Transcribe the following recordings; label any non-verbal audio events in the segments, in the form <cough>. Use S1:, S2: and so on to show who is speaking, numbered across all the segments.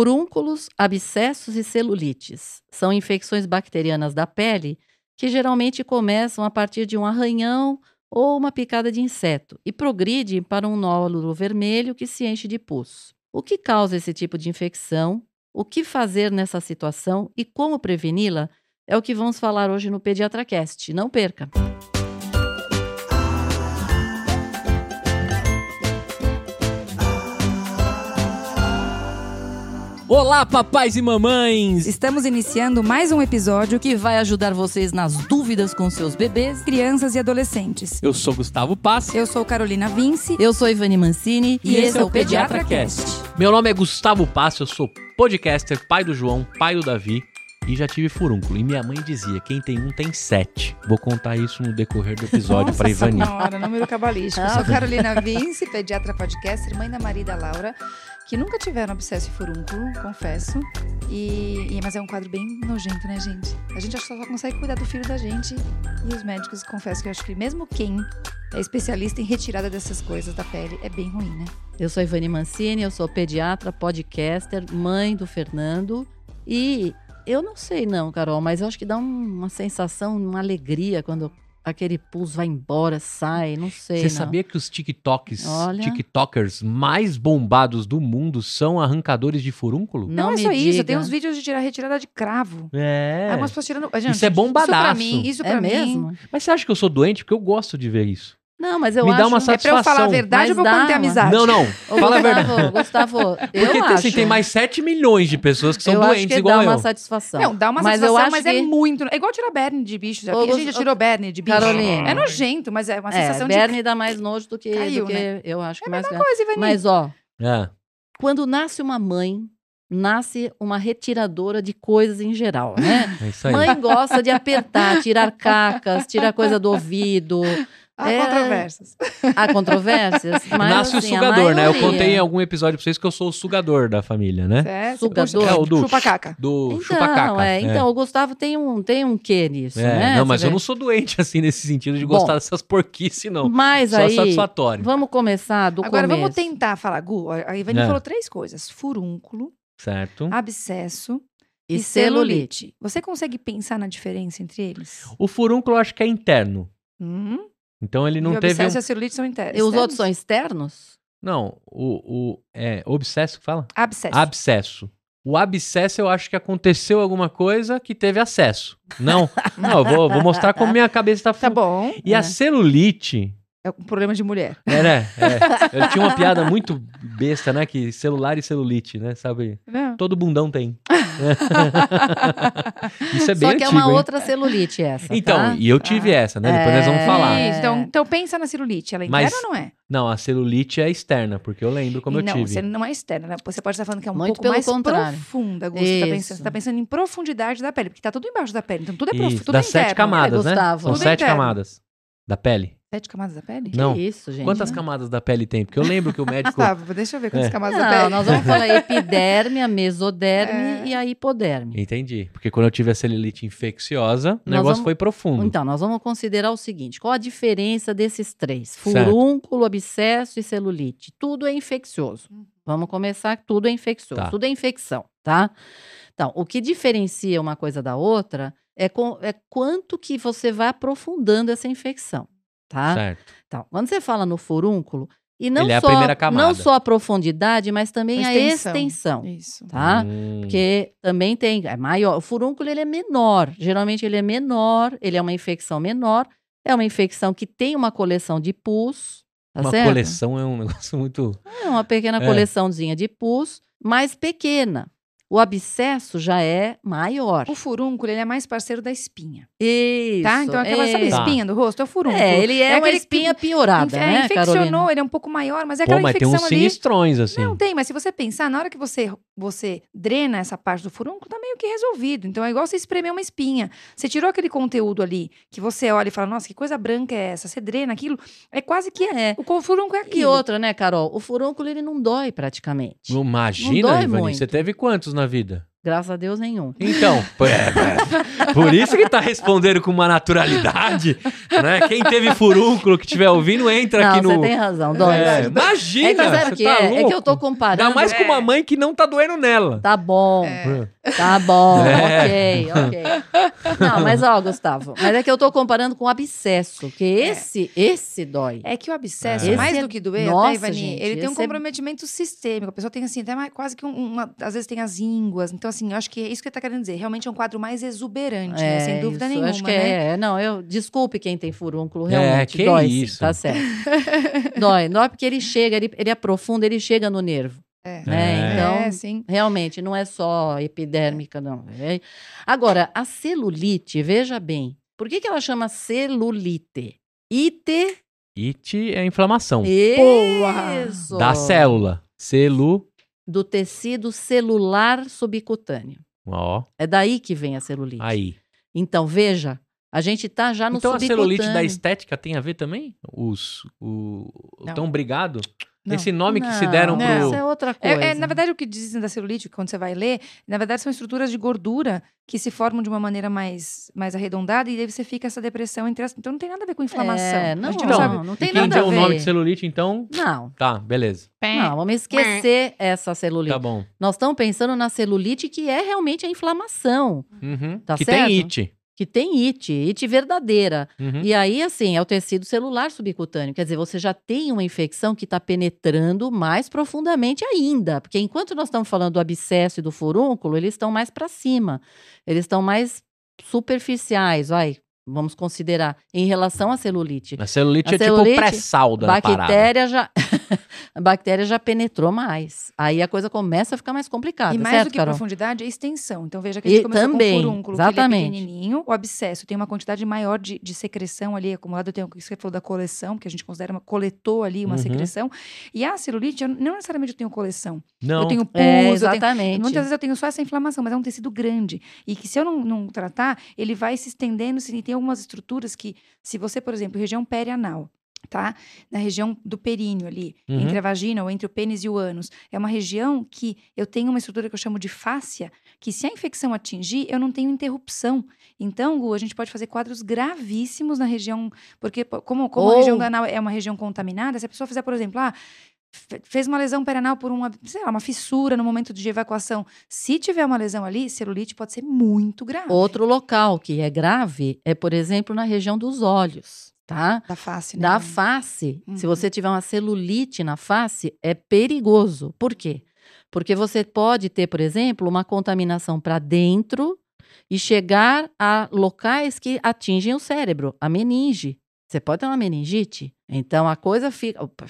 S1: Furúnculos, abscessos e celulites são infecções bacterianas da pele que geralmente começam a partir de um arranhão ou uma picada de inseto e progridem para um nódulo vermelho que se enche de pus. O que causa esse tipo de infecção? O que fazer nessa situação e como preveni-la é o que vamos falar hoje no PediatraCast. Não perca!
S2: Olá, papais e mamães!
S3: Estamos iniciando mais um episódio que é
S1: Que vai ajudar vocês nas dúvidas com seus bebês.
S3: crianças e adolescentes.
S2: Eu sou Gustavo Pass.
S3: Eu sou Carolina Vince.
S1: Eu sou Ivani Mancini
S3: E esse é o
S1: Pediatra
S3: PediatraCast.
S2: Meu nome é Gustavo Pass, eu sou podcaster, pai do João, pai do Davi e já tive furúnculo. E minha mãe dizia: quem tem um tem sete. Vou contar isso no decorrer do episódio
S3: Nossa
S2: pra Ivani.
S3: Senhora, número cabalístico. Eu sou Carolina Vince, pediatra podcaster, mãe da Maria e da Laura, que nunca tiveram abscesso e furúnculo, confesso. E, e- mas é um quadro bem nojento, né, gente? A gente acho que só consegue cuidar do filho da gente e os médicos, confesso que eu acho que mesmo quem é especialista em retirada dessas coisas da pele é bem ruim, né?
S1: Eu sou Ivani Mancini, eu sou pediatra, podcaster, mãe do Fernando. E eu não sei não, Carol, mas eu acho que dá um- uma sensação, uma alegria quando aquele pus vai embora, sai, não sei.
S2: Você
S1: não.
S2: sabia que os TikToks,
S1: Olha.
S2: TikTokers mais bombados do mundo são arrancadores de furúnculo?
S1: Não,
S3: Não, é
S1: me
S3: só isso,
S1: diga.
S3: tem uns vídeos de tirar retirada de cravo.
S1: Hum.
S2: É.
S3: É. umas pessoas tirando. Gente,
S2: Isso é
S3: Isso pra
S2: bombadaço.
S3: mim, isso pra
S1: É
S3: mim.
S1: mesmo?
S2: Mas você acha que eu sou doente? Porque eu gosto de ver isso.
S1: Não, mas eu
S2: Me
S1: acho...
S2: dá uma
S3: É pra eu falar a
S2: Satisfação.
S3: verdade
S1: Mas
S3: ou pra
S1: dá
S3: manter a
S1: uma.
S3: amizade?
S1: <laughs>
S2: Não, não.
S1: Ô,
S2: Fala a verdade.
S1: Gustavo, Gustavo,
S2: <laughs>
S1: eu
S2: Porque tem-
S1: acho.
S2: assim, tem mais 7 milhões de pessoas que são
S1: eu
S2: doentes
S1: acho que
S2: igual
S1: dá
S2: eu.
S1: uma satisfação.
S3: Não, dá uma
S1: mas eu
S3: satisfação,
S1: acho
S3: mas
S1: que...
S3: é muito. É igual tirar berne de bicho. Já,
S1: Ô,
S3: a gente
S1: Gus-
S3: já tirou berne de bicho.
S1: Carolina.
S3: É nojento, mas é uma
S1: É,
S3: sensação
S1: Bernie dá mais nojo do que,
S3: Caiu,
S1: do que
S3: né?
S1: eu acho que
S3: É a
S1: mais.
S3: de coisa, Ivani.
S1: Mas ó,
S2: É.
S1: quando nasce uma mãe, nasce uma retiradora de coisas em geral,
S2: <laughs>
S1: né?
S2: É isso aí.
S1: Mãe gosta de apertar, tirar cacas, tirar coisa do ouvido.
S3: Há
S1: é- <laughs>
S3: controvérsias.
S1: Há controvérsias, mas
S2: Nasce
S1: assim,
S2: o
S1: a
S2: sugador, né? Eu
S1: maioria-
S2: contei em algum episódio pra vocês que eu sou o sugador da família, né?
S3: Certo?
S1: Sugador.
S3: Puxa,
S2: É, o do-
S3: Chupa caca.
S2: Do
S1: Então,
S2: chupa-caca.
S1: é, então o Gustavo tem um tem um quê nisso,
S2: É,
S1: né?
S2: não, mas
S1: Você
S2: eu
S1: vê?
S2: não sou doente <laughs> assim nesse sentido de
S1: Bom.
S2: gostar dessas porquices, não.
S1: Mas
S2: Só
S1: aí,
S2: satisfatório.
S1: vamos começar do
S3: Agora
S1: começo.
S3: vamos tentar falar, Gu. ó, A Ivani
S2: É.
S3: falou três coisas: furúnculo,
S2: Certo?
S3: abscesso
S1: E celulite.
S3: Você consegue pensar na diferença entre eles?
S2: O furúnculo eu acho que é interno.
S3: Hum?
S2: Então ele
S3: e
S2: não
S3: o
S2: teve um...
S3: abscesso e a celulite são internos.
S1: E os outros são externos?
S2: Não, o... o é, obsesso que fala?
S3: Abscesso.
S2: Abscesso. O abscesso eu acho que aconteceu alguma coisa que teve acesso.
S1: <laughs>
S2: Não, não, eu vou, vou mostrar como minha cabeça tá...
S3: Tá
S2: funcionando.
S3: bom.
S2: E
S1: É.
S2: a celulite...
S3: É um problema de mulher.
S2: É, né? É. Eu tinha uma piada muito besta, né? Que celular e celulite, né? Sabe?
S3: Não.
S2: Todo bundão
S1: <laughs>
S2: tem. Isso é bem
S1: Só
S2: antigo,
S1: que é uma
S2: hein?
S1: outra celulite essa,
S2: Então,
S1: tá?
S2: e eu tive essa, né? Depois nós vamos
S1: É.
S2: falar.
S3: Isso, então, então pensa na celulite. Ela é
S2: Mas-
S3: interna ou não é?
S2: Não, a celulite é externa, porque eu lembro como
S3: E
S2: eu
S3: não,
S2: tive.
S3: você não é externa, né? Você pode estar falando que é um
S1: Muito
S3: pouco
S1: pelo
S3: mais
S1: contrário.
S3: profunda, Gusto. Você tá,
S1: Isso.
S3: pensando, você tá pensando em profundidade da pele, porque tá tudo embaixo da pele. Então tudo é profundo,
S2: Isso,
S3: tudo é
S2: das sete
S3: interno.
S2: camadas, né?
S1: Gustavo?
S2: São
S3: Tudo
S2: sete
S3: interno.
S2: camadas da pele.
S3: Sete camadas da pele?
S1: Que
S2: Não.
S1: isso, gente.
S2: Quantas camadas da pele tem? Porque eu lembro
S1: <laughs>
S2: que o médico.
S3: Gustavo, deixa eu ver quantas
S2: É.
S3: camadas da
S1: Não,
S3: pele.
S1: nós vamos
S3: <laughs>
S1: falar epiderme, a mesoderme
S3: É.
S1: e a hipoderme.
S2: Entendi. Porque quando eu tive a celulite infecciosa, o
S1: Nós
S2: negócio
S1: vamos-
S2: foi profundo.
S1: Então, nós vamos considerar o seguinte: qual a diferença desses três?
S2: Certo.
S1: Furúnculo, abscesso e celulite. Tudo é infeccioso.
S3: Uhum.
S1: Vamos começar, tudo é infeccioso.
S2: Tá.
S1: Tudo é infecção, tá? Então, o que diferencia uma coisa da outra é, com- é quanto que você vai aprofundando essa infecção, tá?
S2: Certo.
S1: Então, quando você fala no furúnculo, e não,
S2: Ele é a
S1: só,
S2: primeira camada.
S1: não só a profundidade, mas também a
S3: Extensão.
S1: extensão,
S3: Isso.
S1: tá?
S2: Hum,
S1: Porque também tem, é maior. O furúnculo ele é menor. Geralmente ele é menor, ele é uma infecção menor. É uma infecção que tem uma coleção de pus, tá
S2: uma
S1: certo?
S2: coleção é um <laughs> negócio muito.
S1: É uma pequena
S2: É.
S1: coleçãozinha de pus, mas pequena. O abscesso já é maior.
S3: O furúnculo, ele é mais parceiro da espinha,
S1: Isso.
S3: tá? Então aquela sabe,
S1: é.
S2: Tá.
S3: espinha do rosto é o furúnculo.
S1: É, ele é,
S3: É
S1: uma
S3: aquele que
S1: espinha
S3: Inf-
S1: piorada,
S3: é,
S1: né,
S3: infeccionou,
S1: Carolina?
S3: ele é um pouco maior, mas é
S2: Pô,
S3: aquela
S2: mas tem um uns
S3: infecção ali.
S2: sinistrões, assim.
S3: Não tem, mas se você pensar, na hora que você, você drena essa parte do furúnculo, tá meio que resolvido. Então é igual você espremer uma espinha. Você tirou aquele conteúdo ali que você olha e fala, nossa, que coisa branca é essa? Você drena aquilo, é quase que é.
S1: É.
S3: O furúnculo é aquilo.
S1: E outra, né, Carol? O furúnculo ele não dói praticamente.
S2: Imagina,
S1: dói
S2: Ivani,
S1: muito.
S2: você teve quantos na vida?
S1: Graças a Deus, nenhum.
S2: Então, <laughs> p- é, é, por isso que tá respondendo com uma naturalidade, né? Quem teve furúnculo que tiver ouvindo, entra
S1: não,
S2: aqui no...
S1: você tem razão, dói.
S2: É,
S1: É,
S2: imagina,
S1: que sabe o
S2: você
S1: que
S2: tá
S1: é? É
S2: louco.
S1: que eu tô comparando.
S2: Ainda mais com uma
S3: É.
S2: mãe que não tá doendo nela.
S1: Tá bom,
S2: É.
S1: tá bom,
S2: É.
S1: ok, ok. Não, mas ó, Gustavo, mas é que eu tô comparando com o abscesso, que esse, esse dói.
S3: É que o abscesso,
S2: É.
S3: mais
S1: Esse é-
S3: do que doer,
S1: Nossa,
S3: até, Ivani,
S1: gente,
S3: ele tem um
S1: esse é-
S3: comprometimento sistêmico. A pessoa tem, assim, até mais, quase que um- uma... Às vezes tem as ínguas. Então, assim, eu acho que é isso que ele tá querendo dizer. Realmente é um quadro mais exuberante, né? Sem dúvida
S1: É, isso,
S3: nenhuma,
S1: Acho que
S3: né?
S1: é. Não, eu desculpe quem tem furúnculo,
S2: É,
S1: realmente
S2: que
S1: dói. sim,
S2: isso.
S1: tá certo. dói, dói porque ele chega, ele, ele aprofunda, ele chega no nervo.
S3: É.
S1: Né?
S2: É.
S1: Então,
S3: É, sim.
S1: Realmente, não é só epidérmica, não. É- Agora, a celulite, veja bem, por que, que ela chama celulite? Ite.
S2: It é inflamação
S3: Boa!
S1: Isso.
S2: da célula. Celu,
S1: Do tecido celular subcutâneo.
S2: ó,
S1: É daí que vem a celulite.
S2: aí.
S1: Então, veja, a gente tá já no
S2: Então a
S1: subcutâneo.
S2: celulite da estética tem a ver também? Os, o,
S3: Não.
S2: tão brigado?
S3: Não.
S2: Esse nome que se deram
S1: Não,
S2: pro...
S1: Isso é outra
S3: É-
S1: coisa.
S3: é, na verdade, o que dizem da celulite, quando você vai ler, na verdade são estruturas de gordura que se formam de uma maneira mais, mais arredondada e daí você fica essa depressão entre as. Então não tem nada a ver com inflamação.
S1: É, não,
S3: a gente
S1: não,
S3: não, sabe.
S1: não,
S2: E
S1: tem
S2: quem
S1: nada a
S2: deu o
S1: ver.
S2: nome de celulite, então...
S1: Não,
S2: Tá, beleza.
S1: não, vamos esquecer essa celulite.
S2: Tá bom.
S1: Nós estamos pensando na celulite que é realmente a inflamação,
S2: Uhum.
S1: Tá
S2: que
S1: certo?
S2: tem it.
S1: que tem IT, IT verdadeira.
S2: Uhum.
S1: E aí, assim, é o tecido celular subcutâneo. Quer dizer, você já tem uma infecção que está penetrando mais profundamente ainda. Porque enquanto nós estamos falando do abscesso e do furúnculo, eles estão mais para cima. Eles estão mais superficiais, vai, vamos considerar, em relação à celulite.
S2: A celulite
S1: A
S2: é
S1: celulite,
S2: tipo o pré-sal da parada.
S1: bactéria já <laughs> a bactéria já penetrou mais. Aí a coisa começa a ficar mais complicada,
S3: E mais
S1: certo,
S3: do que
S1: Carol?
S3: profundidade é extensão. Então veja que a gente
S1: E
S3: começou
S1: também,
S3: com o furúnculo, que
S1: exatamente.
S3: ele é pequenininho, o abscesso tem uma quantidade maior de, de secreção ali acumulada. Tem o que você falou da coleção, que a gente considera uma coletou ali uma
S2: Uhum.
S3: secreção. E a celulite, eu não necessariamente eu tenho coleção.
S2: Não,
S3: Eu tenho pus,
S1: É,
S3: eu tenho
S1: exatamente.
S3: Muitas vezes eu tenho só essa inflamação, mas é um tecido grande. E que se eu não, não tratar, ele vai se estendendo. Se, tem algumas estruturas que, se você, por exemplo, região perianal, tá? Na região do períneo ali,
S2: Uhum.
S3: entre a vagina ou entre o pênis e o ânus. É uma região que eu tenho uma estrutura que eu chamo de fáscia, que se a infecção atingir, eu não tenho interrupção. Então, Gu, a gente pode fazer quadros gravíssimos na região. Porque, po- como, como
S1: Ou-
S3: a região anal é uma região contaminada, se a pessoa fizer, por exemplo, ah, fe- fez uma lesão perenal por uma, sei lá, uma fissura no momento de evacuação. Se tiver uma lesão ali, celulite pode ser muito grave.
S1: Outro local que é grave é, por exemplo, na região dos olhos, tá?
S3: Da face, né?
S1: Da face, se
S3: Uhum.
S1: você tiver uma celulite na face, é perigoso. Por quê? Porque você pode ter, por exemplo, uma contaminação para dentro e chegar a locais que atingem o cérebro, a meninge. Você pode ter uma meningite. Então a coisa fica. Opa.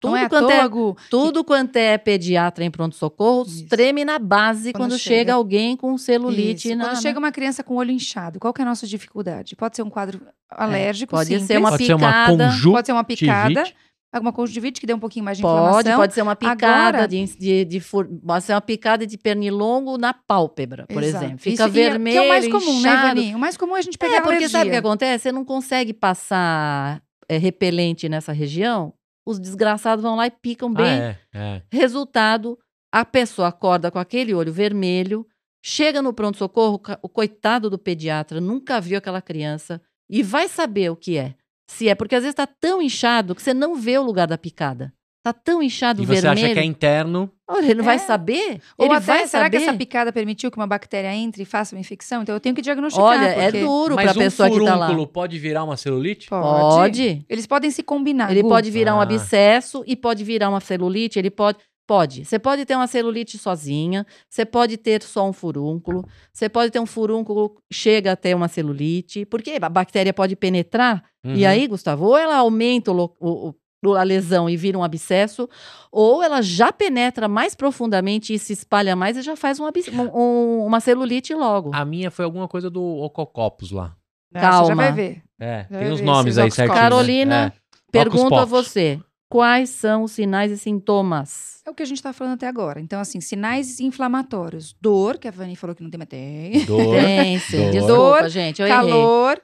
S1: Tudo,
S3: Não é à
S1: quanto
S3: toa,
S1: é,
S3: Gu,
S1: tudo quanto é pediatra em pronto-socorro
S3: Isso.
S1: treme na base quando,
S3: Quando
S1: chega.
S3: chega.
S1: alguém com celulite
S3: Isso.
S1: na.
S3: Quando chega uma criança com o olho inchado, qual que é a nossa dificuldade? Pode ser um quadro alérgico,
S1: É, pode
S3: simples,
S1: ser uma
S2: pode ser um uma
S1: picada.
S2: conjuntivite.
S3: pode ser uma picada, alguma conjuntivite que dê um pouquinho mais de
S1: Pode,
S3: inflamação.
S1: pode ser uma picada
S3: Agora-
S1: de, de, de fur- pode ser uma picada de pernilongo na pálpebra, por
S3: Exato.
S1: exemplo. Fica
S3: Isso- e é-
S1: vermelho,
S3: Que é o mais comum, né,
S1: inchado.
S3: Ivani? O mais comum é a gente pegar
S1: É, porque
S3: alergia.
S1: sabe o que acontece? Você não consegue passar é, repelente nessa região, os desgraçados vão lá e picam bem.
S2: Ah, é, é.
S1: Resultado, a pessoa acorda com aquele olho vermelho, chega no pronto-socorro, o ca- o coitado do pediatra nunca viu aquela criança e vai saber o que é. Se é, porque às vezes está tão inchado que você não vê o lugar da picada. Tá tão inchado
S2: E
S1: o
S2: você
S1: vermelho.
S2: acha que é interno?
S1: Olha, ele não
S3: É.
S1: vai saber?
S3: Ou
S1: ele
S3: até,
S1: vai
S3: será
S1: saber?
S3: que essa picada permitiu que uma bactéria entre e faça uma infecção? Então eu tenho que diagnosticar.
S1: Olha, é
S3: porque
S1: duro para
S2: Mas
S1: a
S2: um
S1: pessoa que tá lá.
S2: furúnculo pode virar uma celulite?
S1: Pode.
S3: Eles podem se combinar.
S1: Ele
S3: Gu.
S1: pode virar um
S2: Ah.
S1: abscesso e pode virar uma celulite, ele pode. Pode. Você pode ter uma celulite sozinha, você pode ter só um furúnculo, você pode ter um furúnculo que chega até uma celulite, porque a bactéria pode penetrar. E
S2: Uhum.
S1: aí, Gustavo, ou ela aumenta o lo- o- o- a lesão e vira um abscesso, ou ela já penetra mais profundamente e se espalha mais e já faz um abs- um- um- uma celulite logo.
S2: A minha foi alguma coisa do Ococopos lá.
S3: Não, você
S1: Calma.
S3: já vai ver.
S2: É,
S3: Já
S2: tem os
S3: vi
S2: nomes
S3: esses
S2: aí
S3: Ocos
S2: certinho. né?
S1: Carolina, Pergunto a
S2: Ocus Pocus.
S1: você: quais são os sinais e sintomas?
S3: É o que a gente tá falando até agora. Então, assim, sinais inflamatórios. Dor, que a Vani falou que não tem, mas
S2: É.
S3: tem.
S2: Dor.
S1: <laughs> Tem, sim.
S2: Dor.
S1: Desculpa, gente. Eu errei.
S3: Calor,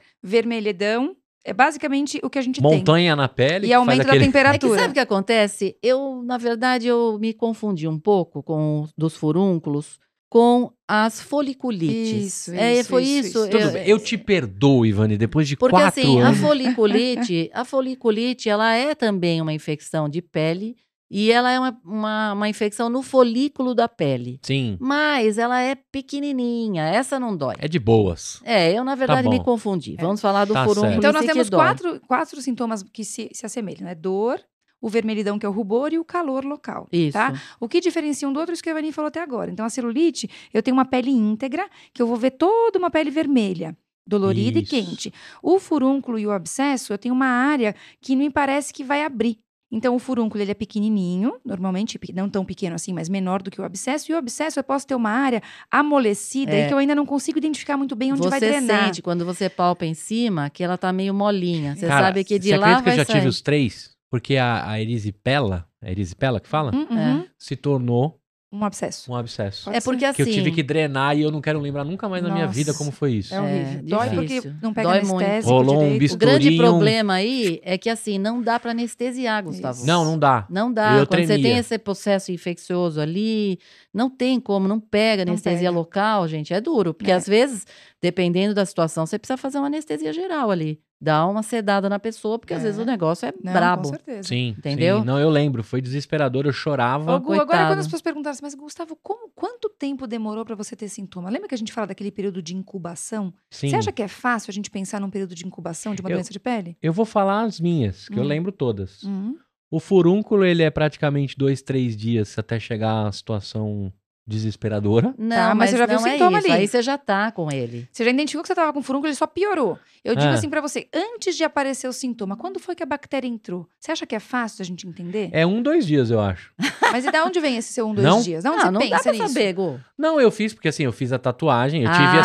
S3: vermelhidão. É basicamente o que a gente tem.
S2: Montanha na pele.
S3: E
S2: que
S3: aumento
S2: faz aquele...
S3: da
S1: É que
S3: temperatura.
S1: sabe o que acontece? Eu, na verdade, eu me confundi um pouco com os- dos furúnculos, com as foliculites.
S3: Isso,
S1: É,
S3: isso,
S1: foi
S3: isso,
S1: isso.
S3: isso.
S2: <laughs> Tudo bem. Eu te perdoo, Ivani, depois de
S1: Porque
S2: quatro
S1: assim, a
S2: anos. <laughs>
S1: foliculite, a foliculite, ela é também uma infecção de pele e ela é uma, uma, uma infecção no folículo da pele.
S2: Sim,
S1: Mas ela é pequenininha, essa não dói.
S2: é de boas.
S1: É, eu na verdade me
S2: bom.
S1: confundi.
S3: É.
S1: Vamos falar do
S2: Tá
S1: furúnculo
S2: certo.
S1: em
S3: Então nós
S1: si que
S3: temos
S1: dói.
S3: quatro, quatro sintomas que se, se assemelham. É dor, o vermelhidão, que é o rubor, e o calor local.
S1: Isso.
S3: Tá? O que diferencia um do outro é isso que a Evani falou até agora. Então, a celulite, eu tenho uma pele íntegra, que eu vou ver toda uma pele vermelha, dolorida
S2: Isso.
S3: e quente. O furúnculo e o abscesso, eu tenho uma área que não me parece que vai abrir. Então, o furúnculo, ele é pequenininho, normalmente pe- não tão pequeno assim, mas menor do que o abscesso. E o abscesso, eu posso ter uma área amolecida
S1: É.
S3: e que eu ainda não consigo identificar muito bem onde
S1: você
S3: vai drenar.
S1: sente quando você palpa em cima que ela tá meio molinha. Você
S2: Cara,
S1: sabe que de
S2: você
S1: lá
S2: acredita que
S1: vai
S2: eu já
S1: sair.
S2: tive os três? Porque a, a erisipela, é erisipela que fala?
S3: Hum, uhum.
S2: Se tornou
S3: Um abscesso.
S2: um abscesso.
S1: É porque assim.
S2: Que eu tive que drenar e eu não quero lembrar nunca mais na minha
S3: Nossa.
S2: vida como foi isso.
S3: É horrível. Dói
S1: difícil.
S3: porque não pega
S1: Dói muito.
S3: anestésico
S2: Rolou um
S3: direito.
S1: o
S2: bisturinho.
S1: grande problema aí é que assim não dá para anestesiar, Gustavo.
S3: Isso.
S2: Não, não dá.
S1: Não dá.
S2: Eu
S1: Quando você tem
S2: tremia.
S1: esse processo infeccioso ali, não tem como, não pega
S3: Não
S1: anestesia
S3: pega.
S1: local, gente. É duro. Porque
S3: É.
S1: às vezes, dependendo da situação, você precisa fazer uma anestesia geral ali. Dá uma sedada na pessoa, porque às
S3: É.
S1: vezes o negócio é
S3: Não, Com
S1: brabo.
S3: certeza.
S2: Sim.
S1: Entendeu?
S2: sim. Não, eu lembro. Foi desesperador. Eu chorava.
S3: Ô, Gu, agora quando
S1: coitado.
S3: as pessoas perguntaram assim, mas Gustavo, como- quanto tempo demorou para você ter sintoma? Lembra que a gente fala daquele período de incubação?
S2: Sim.
S3: Você acha que é fácil a gente pensar num período de incubação de uma
S2: Eu-
S3: doença de pele?
S2: Eu vou falar as minhas, que eu
S3: Hum.
S2: lembro todas.
S3: Uhum.
S2: O furúnculo, ele é praticamente dois, três dias até chegar à situação desesperadora.
S1: Não,
S3: Tá, mas
S1: mas
S3: você já viu
S1: não
S3: o
S1: é
S3: sintoma
S1: isso.
S3: ali.
S1: Aí você já tá com ele.
S3: Você já identificou que você estava com furúnculo, ele só piorou. Eu digo
S2: Ah.
S3: assim para você, antes de aparecer o sintoma, quando foi que a bactéria entrou? Você acha que é fácil a gente entender?
S2: É um, dois dias, eu acho.
S3: Mas e da onde vem esse seu um, dois
S2: É. Não?
S3: dias? Da onde
S1: Não,
S3: você
S1: Ah, não
S3: pensa
S1: dá pra
S3: nisso?
S1: saber, Gu.
S2: Não, eu fiz, porque assim, eu fiz a tatuagem, eu tive
S1: ah,
S2: a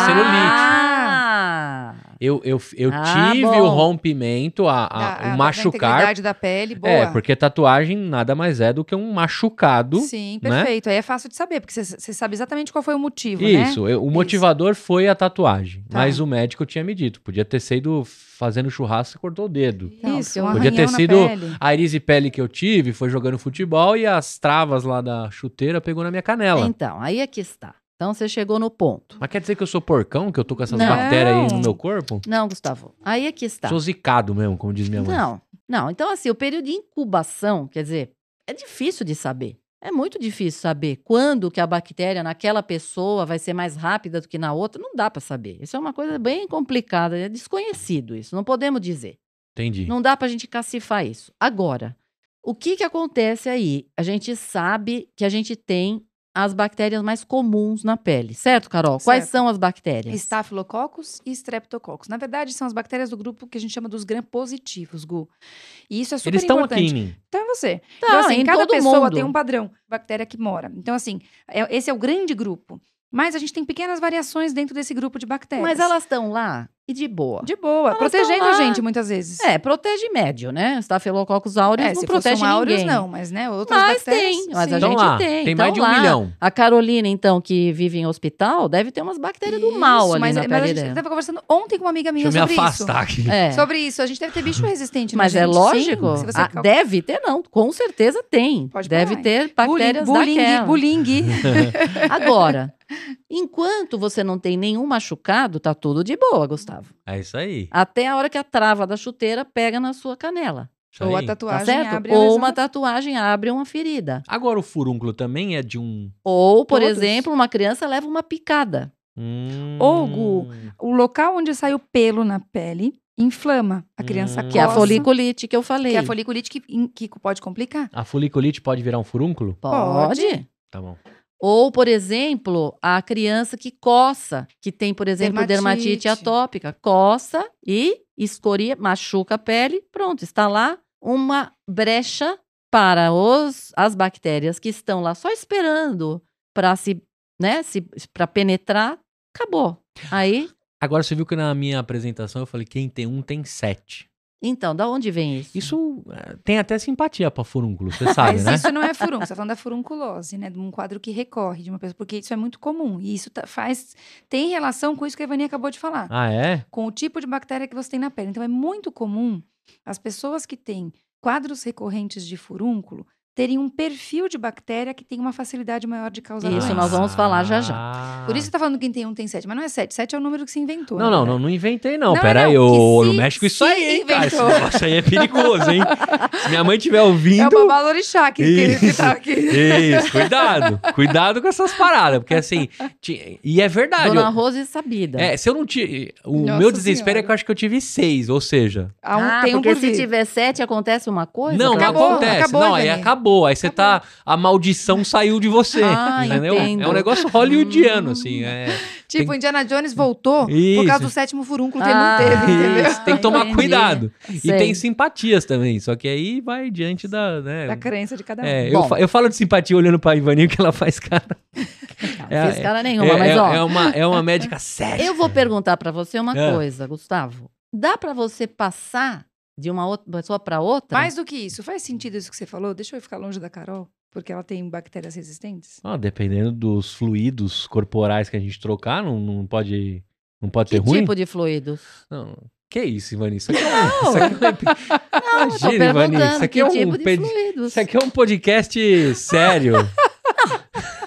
S1: celulite.
S2: celulite. Eu, eu, eu
S1: Ah,
S2: tive
S1: bom.
S2: o rompimento, a, a-
S3: Da-
S2: o
S3: Da
S2: Ah, machucar.
S3: Ah, integridade da pele, boa.
S2: É, porque tatuagem nada mais é do que um machucado.
S3: Sim,
S2: né?
S3: perfeito. Aí é fácil de saber, porque você- você sabe exatamente qual foi o motivo, né?
S2: Isso, eu- o motivador foi a tatuagem.
S3: Tá.
S2: Mas o médico tinha me dito, podia ter sido fazendo churrasco e cortou o dedo.
S3: Isso, um
S2: Podia ter
S3: arranhão na
S2: sido-
S3: pele.
S2: A erise pele que eu tive foi jogando futebol e as travas lá da chuteira pegou na minha canela.
S1: Então, aí é que está. Então você chegou no ponto.
S2: Mas quer dizer que eu sou porcão, que eu tô com essas
S1: Não.
S2: bactérias aí no meu corpo?
S1: Não, Gustavo. Aí é que está.
S2: Sou zicado mesmo, como diz minha mãe.
S1: Não, não. Então, assim, o período de incubação, quer dizer, é difícil de saber. É muito difícil saber quando que a bactéria naquela pessoa vai ser mais rápida do que na outra. Não dá para saber. Isso é uma coisa bem complicada. É desconhecido isso. Não podemos dizer.
S2: Entendi.
S1: Não dá para a gente cacifar isso. Agora, o que, que acontece aí? A gente sabe que a gente tem as bactérias mais comuns na pele, certo, Carol? Quais
S3: Certo.
S1: são as bactérias?
S3: Estafilococos e streptococcus. Na verdade, são as bactérias do grupo que a gente chama dos gram-positivos, Gu. E isso é super
S2: Eles estão
S3: importante.
S2: aqui em mim.
S3: Então é você.
S1: Tá,
S3: então, assim,
S1: em
S3: cada
S1: todo
S3: pessoa
S1: mundo.
S3: tem um padrão de bactéria que mora. Então, assim, é- esse é o grande grupo. Mas a gente tem pequenas variações dentro desse grupo de bactérias.
S1: Mas elas estão lá e de boa.
S3: De boa,
S1: Elas
S3: protegendo
S1: tão lá.
S3: a gente muitas vezes.
S1: É, protege médio, né? Estafilococcus aureus
S3: É,
S1: não
S3: se
S1: protege
S3: fossem áureos,
S1: ninguém.
S3: não, mas né, outras
S1: Mas
S3: bactérias.
S1: tem, mas a
S3: sim.
S2: Então
S1: gente
S2: lá,
S1: tem,
S2: tem
S1: então
S2: mais de um
S1: lá.
S2: milhão.
S1: A Carolina, então, que vive em hospital, deve ter umas bactérias é do mal
S3: Isso,
S1: ali
S3: mas, é,
S1: na
S3: mas a
S1: pele
S3: gente
S1: dela.
S3: estava conversando ontem com uma amiga minha
S2: Deixa eu me
S3: sobre isso.
S2: afastar aqui.
S1: É.
S3: Sobre isso, a gente deve ter bicho resistente.
S1: Mas
S3: né,
S1: é
S3: gente?
S1: lógico.
S3: Sim, se você
S1: Ah,
S3: cal-
S1: deve ter, não. Com certeza tem.
S3: Pode
S1: deve
S3: parar.
S1: ter bactérias
S3: bullying,
S1: daquela.
S3: <laughs> bullying, bullying.
S1: Agora, enquanto você não tem nenhum machucado, tá tudo de boa, Gustavo.
S2: É isso aí.
S1: Até a hora que a trava da chuteira pega na sua canela.
S2: Isso
S3: Ou a
S2: aí.
S1: Tá
S3: tatuagem
S1: certo?
S3: abre a
S1: Ou
S3: lesão
S1: uma
S3: da-
S1: tatuagem abre uma ferida.
S2: Agora o furúnculo também é de um.
S1: Ou, por
S3: Todos.
S1: exemplo, uma criança leva uma picada.
S2: Hum...
S3: Ô, Gu, O local onde sai o pelo na pele inflama. A criança
S2: Hum.
S1: Que é a
S3: coça,
S1: foliculite que eu falei.
S3: Que é a foliculite que, in- que pode complicar.
S2: A foliculite pode virar um furúnculo?
S1: Pode.
S2: Tá bom.
S1: Ou, por exemplo, a criança que coça, que tem, por exemplo, dermatite,
S3: Dermatite.
S1: atópica, coça e escoria, machuca a pele, pronto, está lá uma brecha para os, as bactérias que estão lá só esperando para se, né, se, para penetrar, acabou. Aí,
S2: Agora você viu que na minha apresentação eu falei: quem tem um tem sete.
S1: então, da onde vem isso?
S2: Isso é, tem até simpatia pra furúnculo,
S3: <laughs>
S2: você sabe,
S3: Mas
S2: né?
S3: isso não é furúnculo, você tá falando da furunculose, né? De um quadro que recorre de uma pessoa, porque isso é muito comum. E isso tá- faz. tem relação com isso que a Ivani acabou de falar.
S2: Ah, é?
S3: com o tipo de bactéria que você tem na pele. Então, é muito comum as pessoas que têm quadros recorrentes de furúnculo terem um perfil de bactéria que tem uma facilidade maior de causar
S1: Isso,
S3: doença.
S1: nós
S2: Ah.
S1: vamos falar já,
S3: Por isso que tá falando que quem tem um tem sete, mas não é sete. Sete é o número que se inventou. né?
S2: Não,
S3: na
S2: não,
S3: verdade.
S2: não, não inventei, não.
S3: Não,
S2: Pera
S3: não,
S2: aí,
S3: que
S2: ô, não
S3: se-
S2: mexe com isso
S3: se
S2: aí, hein, cara. Esse
S3: inventou.
S2: negócio aí é perigoso, hein? Se minha mãe estiver
S3: É o
S2: ouvindo.
S3: babalorixá que, que, que
S2: Isso.
S3: tá aqui.
S2: Isso, cuidado. Cuidado com essas paradas, porque assim. ti- E é verdade.
S1: Dona
S2: eu-
S1: Rose Sabida.
S2: É, se eu não tive. O
S3: Nossa
S2: meu desespero
S3: Senhora.
S2: é que eu acho que eu tive seis, ou seja.
S3: <laughs> Há um,
S1: ah,
S3: tem um
S1: porque
S3: por
S1: se
S3: vir.
S1: tiver sete, acontece uma coisa?
S2: não,
S1: Pra-
S2: não
S3: Acabou,
S2: acontece.
S3: acabou,
S2: não, aí
S3: Ivani.
S2: acabou. Aí você tá. A maldição saiu de você.
S1: Ah,
S2: entendeu? É um
S1: entendo.
S2: negócio hollywoodiano,
S1: Hum.
S2: assim. É.
S3: Tipo,
S2: Tem-
S3: Indiana Jones voltou
S2: Isso.
S3: por causa do sétimo furúnculo que
S1: Ah,
S3: ele não teve, entendeu?
S2: É Isso, tem que tomar
S1: entendi.
S2: cuidado. E
S1: Sei.
S2: tem simpatias também. Só que aí vai diante da. Né,
S3: Da crença de cada um.
S2: É, eu,
S1: Bom.
S2: fa- eu falo de simpatia olhando pra Ivaninho que ela
S1: <laughs>
S2: faz cara.
S1: Não
S2: É,
S1: fiz cara
S2: É,
S1: nenhuma, um, mas
S2: é-
S1: ó.
S2: é uma, é uma médica séria.
S1: Eu vou perguntar pra você uma
S2: Ah.
S1: coisa, Gustavo. Dá pra você passar de uma outra pessoa pra outra?
S3: Mais do que isso, faz sentido isso que você falou? Deixa eu ficar longe da Carol, porque ela tem bactérias resistentes?
S2: Ah, dependendo dos fluidos corporais que a gente trocar, não, não pode. Não pode
S1: que
S2: ter é ruim?
S1: tipo de fluidos?
S2: Não. Que isso, Ivani? Isso aqui é um. Isso aqui é
S1: <laughs> Eu
S2: um...
S1: tô
S2: Imagina, Ivani.
S1: perguntando
S2: Isso aqui
S1: que
S2: é um.
S1: tipo de
S2: pedi-
S1: fluidos.
S2: Isso aqui é um podcast sério.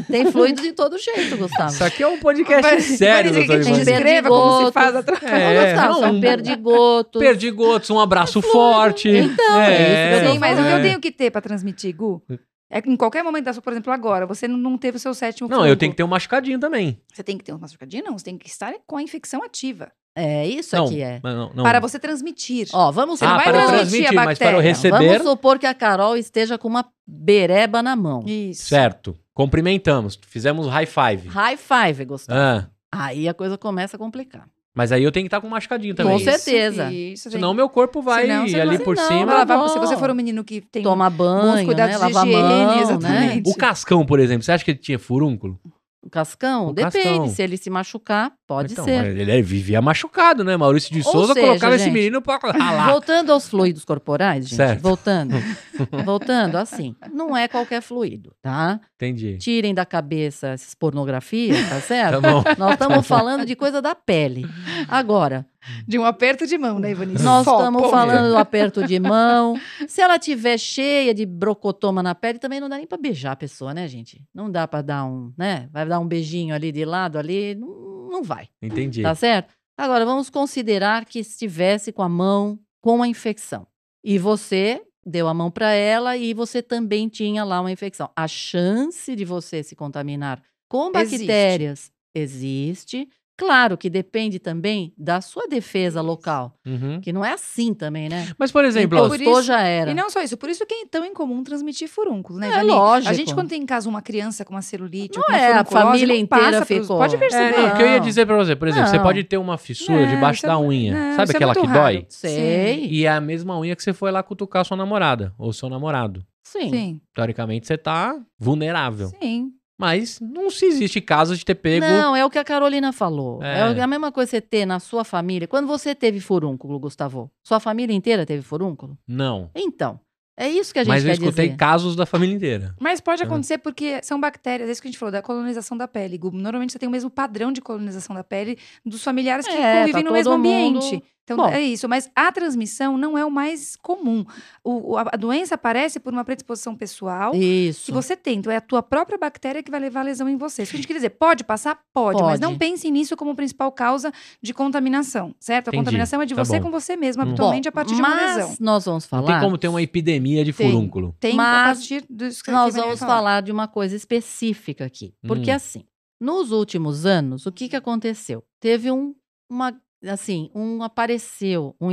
S1: Tem fluido de todo jeito, Gustavo.
S2: é um Isso aqui é um podcast
S3: Vai-
S2: sério,
S3: vai dizer
S2: doutor
S3: que a
S1: Ivani.
S3: gente
S2: Ivani.
S3: escreva como se
S1: Perdigoto.
S3: faz atrás.
S1: Ô, Gustavo,
S2: não,
S1: são
S2: um-
S1: perdigotos.
S2: Perdigotos, um abraço forte.
S1: Então, é isso que eu tô
S3: Sim, mas o que
S2: é.
S3: eu tenho que ter pra transmitir, Gu? É que em qualquer momento da sua, por exemplo, agora, você não- não teve o seu sétimo
S2: Não, eu tenho que ter um machucadinho também.
S3: Você tem que ter uma machucadinha? Não, você tem que estar com a infecção ativa.
S1: É, isso
S2: não,
S1: aqui é.
S2: mas Não, não.
S3: Para você transmitir.
S1: Ó, vamos
S3: não
S2: ah,
S1: supor...
S3: vai
S2: para eu
S3: transmitir a
S2: transmitir, mas para eu
S3: bactéria.
S2: receber.
S1: Vamos supor que a Carol esteja com uma bereba na mão.
S3: Isso.
S2: Certo. Cumprimentamos. Fizemos high five.
S1: High five, Gustavo.
S2: Ah,
S1: Aí a coisa começa a complicar.
S2: mas aí eu tenho que estar com um machucadinho também.
S1: Com certeza.
S3: Isso,
S2: Senão meu corpo vai
S3: Senão você
S2: ali
S3: vai-
S2: por
S1: Senão,
S2: cima.
S1: vai-
S3: Ela vai- se
S1: bom.
S3: você for um menino que tem
S1: Toma banho,
S3: cuidados
S1: né?
S3: de
S1: Lava
S3: higiene,
S1: a mão, né?
S3: exatamente.
S2: O cascão, por exemplo, você acha que ele tinha furúnculo?
S1: O cascão?
S2: O
S1: Depende.
S2: cascão.
S1: Se ele se machucar, pode
S2: Então,
S1: ser.
S2: mas Ele é- vivia machucado, né? Maurício de
S1: Ou
S2: Souza
S1: seja,
S2: colocava esse
S1: gente,
S2: menino pra Ah, ralar.
S1: Voltando aos fluidos corporais, gente.
S2: Certo.
S1: Voltando. voltando, assim. Não é qualquer fluido, tá?
S2: Entendi.
S1: Tirem da cabeça essas pornografias, tá
S2: Tá
S1: certo?
S2: bom.
S1: Nós estamos falando de coisa da pele. Agora,
S3: de um aperto de mão, né, Ivanice?
S1: nós
S3: Só,
S1: estamos
S3: ponto.
S1: falando do aperto de mão. Se ela tiver cheia de brocotoma na pele, também não dá nem pra beijar a pessoa, né, gente? Não dá pra dar um, né? Vai dar um beijinho ali de lado ali, não, não vai.
S2: Entendi.
S1: Tá certo? Agora, vamos considerar que estivesse com a mão com a infecção. E você deu a mão para ela e você também tinha lá uma infecção. A chance de você se contaminar com
S3: Existe.
S1: bactérias existe. Claro que depende também da sua defesa local,
S2: Uhum.
S1: que não é assim também, né?
S2: Mas, por exemplo,
S3: Então,
S2: ó,
S3: por
S1: Encostou,
S3: isso-
S1: já era.
S3: E não só isso, por isso que é tão incomum transmitir furúnculo, né,
S1: É
S3: Ivani?
S1: lógico.
S3: A gente, quando tem em casa uma criança com uma celulite,
S1: Não
S3: ou com uma
S1: é, a
S3: furunculose,
S1: família
S3: não
S1: inteira
S3: passa pros-
S1: ficou. né?
S3: Pode
S2: é,
S3: perceber.
S2: não, o que eu ia
S1: Não.
S2: dizer pra você, por exemplo, você
S1: Não.
S2: pode ter uma fissura
S3: Não,
S2: debaixo
S3: isso é
S2: da
S3: mu-
S2: unha.
S3: não,
S2: Sabe
S3: isso é
S2: aquela que
S3: muito
S2: dói?
S3: raro.
S1: Sei.
S2: E é a mesma unha que você foi lá cutucar sua namorada ou seu namorado.
S1: Sim.
S3: Sim,
S2: Teoricamente, você tá vulnerável.
S3: sim.
S2: Mas não se existe caso de ter pego.
S1: Não, é o que a Carolina falou. É.
S2: É.
S1: a mesma coisa que você ter na sua família. Quando você teve furúnculo, Gustavo, sua família inteira teve furúnculo?
S2: Não.
S1: Então, é isso que a gente
S2: Mas eu
S1: quer
S2: escutei
S1: dizer.
S2: casos da família inteira.
S3: Mas pode
S2: Uhum.
S3: acontecer porque são bactérias, é isso que a gente falou, da colonização da pele. Gu. Normalmente você tem o mesmo padrão de colonização da pele dos familiares que
S1: É,
S3: convivem
S1: tá
S3: no mesmo
S1: todo mundo-
S3: ambiente. Então
S1: Bom.
S3: é isso, mas a transmissão não é o mais comum. O- o- a a doença aparece por uma predisposição pessoal
S1: Isso.
S3: que você tem. Então é a tua própria bactéria que vai levar a lesão em você. Isso que a gente quer dizer, pode passar? Pode, mas
S1: Pode.
S3: não pensem nisso como principal causa de contaminação, certo? A
S2: Entendi,
S3: contaminação é de
S2: tá
S3: você
S2: bom.
S3: com você mesmo,
S2: Hum.
S3: habitualmente a partir de uma
S1: mas
S3: lesão.
S1: nós vamos
S2: Não
S1: falar.
S2: tem como ter uma epidemia de
S3: Tem.
S2: furúnculo.
S3: Tem a
S1: mas
S3: partir dos que
S1: Nós
S3: que a Maria
S1: vamos
S3: falar.
S1: falar de uma coisa específica aqui. Porque,
S2: Hum.
S1: assim, nos últimos anos, o que, que aconteceu? Teve um, uma, assim, um apareceu um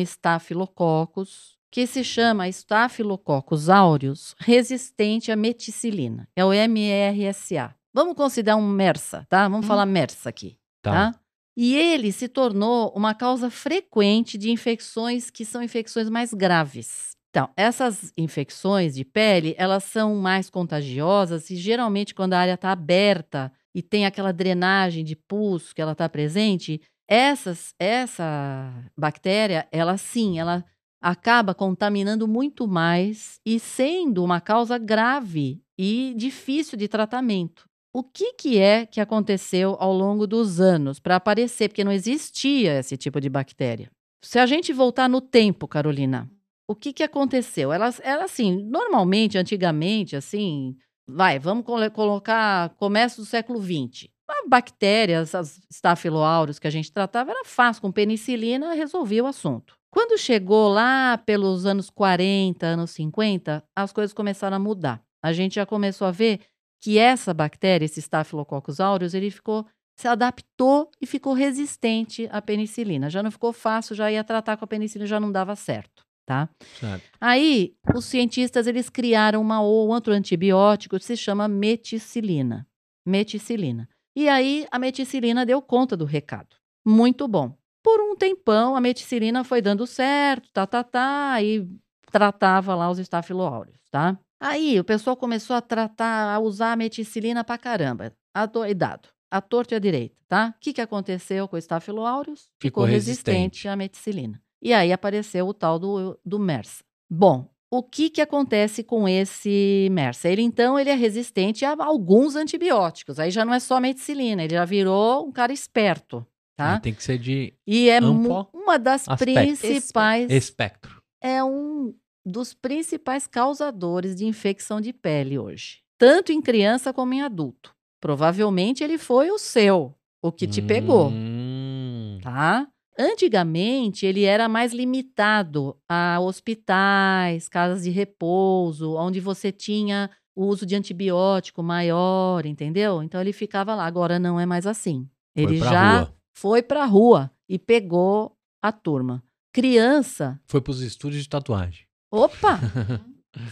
S1: estafilococcus que se chama Staphylococcus aureus resistente à meticilina. É o MRSA. Vamos considerar um MERSA, tá? Vamos
S3: Hum.
S1: falar MERSA aqui,
S2: Tá.
S1: tá? E ele se tornou uma causa frequente de infecções que são infecções mais graves. Então, essas infecções de pele, elas são mais contagiosas e geralmente quando a área está aberta e tem aquela drenagem de pus que ela está presente, essas, essa bactéria, ela sim, ela acaba contaminando muito mais e sendo uma causa grave e difícil de tratamento. O que, que é que aconteceu ao longo dos anos para aparecer? Porque não existia esse tipo de bactéria. Se a gente voltar no tempo, Carolina, o que, que aconteceu? Ela, ela, assim, normalmente, antigamente, assim, vai, vamos colo- colocar começo do século XX. A bactéria, essas estafiloaureus que a gente tratava, era fácil, com penicilina resolvia o assunto. Quando chegou lá pelos anos 40, anos 50, as coisas começaram a mudar. A gente já começou a ver que essa bactéria, esse Staphylococcus aureus, ele ficou se adaptou e ficou resistente à penicilina. Já não ficou fácil, já ia tratar com a penicilina, já não dava certo, tá?
S2: Certo.
S1: Aí, os cientistas, eles criaram uma, ou- outro antibiótico que se chama meticilina. Meticilina. E aí, a meticilina deu conta do recado. Muito bom. Por um tempão, a meticilina foi dando certo, tá, tá, tá, e tratava lá os estafiloáureos, tá? Aí, o pessoal começou a tratar, a usar a meticilina pra caramba, adoidado, à torta e à direita, tá? O que, que aconteceu com o estafiloáureos?
S2: Ficou resistente.
S1: à meticilina. E aí apareceu o tal do, do MERS. Bom, o que, que acontece com esse MERSA? Ele, então, ele é resistente a alguns antibióticos. Aí já não é só meticilina, ele já virou um cara esperto, tá?
S2: Aí Tem que ser de
S1: E é
S2: Ah, Amplo
S1: mu- uma das
S2: aspecto.
S1: principais...
S2: espectro.
S1: É um dos principais causadores de infecção de pele hoje. Tanto em criança como em adulto. Provavelmente ele foi o seu, o que te pegou
S2: Hum.
S1: tá? Antigamente, ele era mais limitado a hospitais, casas de repouso, onde você tinha o uso de antibiótico maior, entendeu? Então ele ficava lá. Agora não é mais assim.
S2: Foi
S1: Ele
S2: pra
S1: já
S2: rua.
S1: foi pra rua e pegou a turma. Criança,
S2: Foi pros estúdios de tatuagem. <laughs>
S1: opa!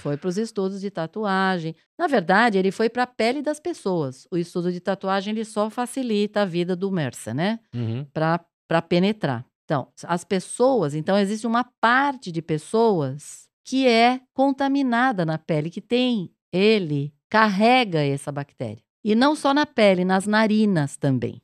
S1: Foi para os estudos de tatuagem. Na verdade, ele foi para a pele das pessoas. O estudo de tatuagem ele só facilita a vida do Mercer, né?
S2: Uhum.
S1: para penetrar. Então, as pessoas, então existe uma parte de pessoas que é contaminada na pele, que tem ele, carrega essa bactéria. E não só na pele, nas narinas também.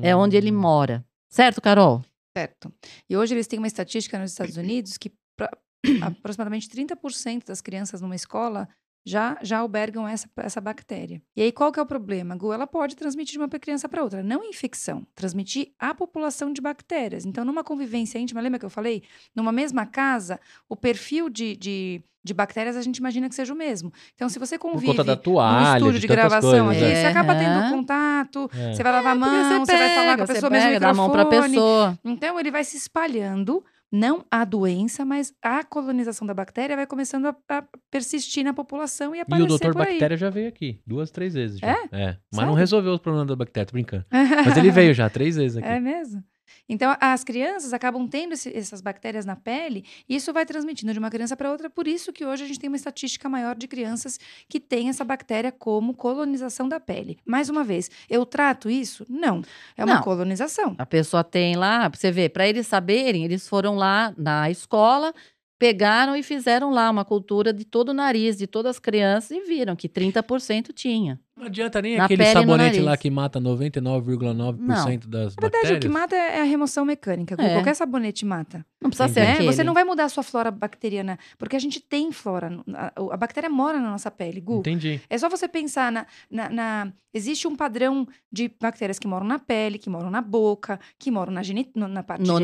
S1: É onde ele
S2: Hum.
S1: mora. Certo, Carol?
S3: Certo. E hoje eles têm uma estatística nos Estados Unidos que pra- aproximadamente 30% das crianças numa escola já, já albergam essa, essa bactéria. E aí qual que é o problema? Gu, ela pode transmitir de uma criança para outra, não infecção, transmitir a população de bactérias. Então, numa convivência íntima, lembra que eu falei? Numa mesma casa, o perfil de, de, de bactérias a gente imagina que seja o mesmo. Então, se você
S2: Por
S3: convive
S2: conta da
S3: num
S2: toalha,
S3: estúdio de,
S2: de, tantas
S3: gravação
S2: coisas, né?
S3: aqui,
S1: é.
S3: você acaba
S1: Aham.
S3: tendo contato,
S2: É.
S3: você vai lavar a
S1: Porque
S3: mão, Ah, você, vai falar com a
S1: você
S3: pessoa mesmo
S1: pega, dá a mão para
S3: microfone.
S1: pessoa.
S3: Então ele vai se espalhando, não a doença, mas a colonização da bactéria vai começando a, a persistir na população e
S2: E
S3: aparecer
S2: o doutor
S3: por aí. <laughs>
S2: Bactéria já veio aqui duas, três vezes. Já.
S3: É?
S2: Mas não
S3: Sério?
S2: resolveu os problemas da bactéria, tô
S1: <laughs>
S2: brincando. Mas ele veio já três vezes aqui.
S3: É mesmo? Então, a- as crianças acabam tendo esse- essas bactérias na pele e isso vai transmitindo de uma criança para outra. Por isso que hoje a gente tem uma estatística maior de crianças que têm essa bactéria como colonização da pele. Mais uma vez, eu trato isso? Não. É uma
S1: Não.
S3: colonização.
S1: A pessoa tem lá, pra você ver, para eles saberem, eles foram lá na escola, pegaram e fizeram lá uma cultura de todo o nariz, de todas as crianças e viram que 30% tinha.
S2: Não adianta nem
S1: Na
S2: aquele
S1: pele e no
S2: sabonete
S1: nariz.
S2: lá que mata 99,9% das
S3: Na verdade, o que
S2: bactérias.
S3: mata é a remoção mecânica. Gu.
S1: É.
S3: Qualquer sabonete mata.
S1: Não precisa
S2: Entendi.
S1: ser
S3: né?
S1: aquele.
S3: Você não vai mudar a sua flora bacteriana, porque a gente tem flora. no- A, a bactéria mora na nossa pele, Gu.
S2: Entendi.
S3: É só você pensar na, na- na- Existe um padrão de bactérias que moram na pele, que moram na boca, que moram na, geni- no- na parte
S1: no
S3: genital,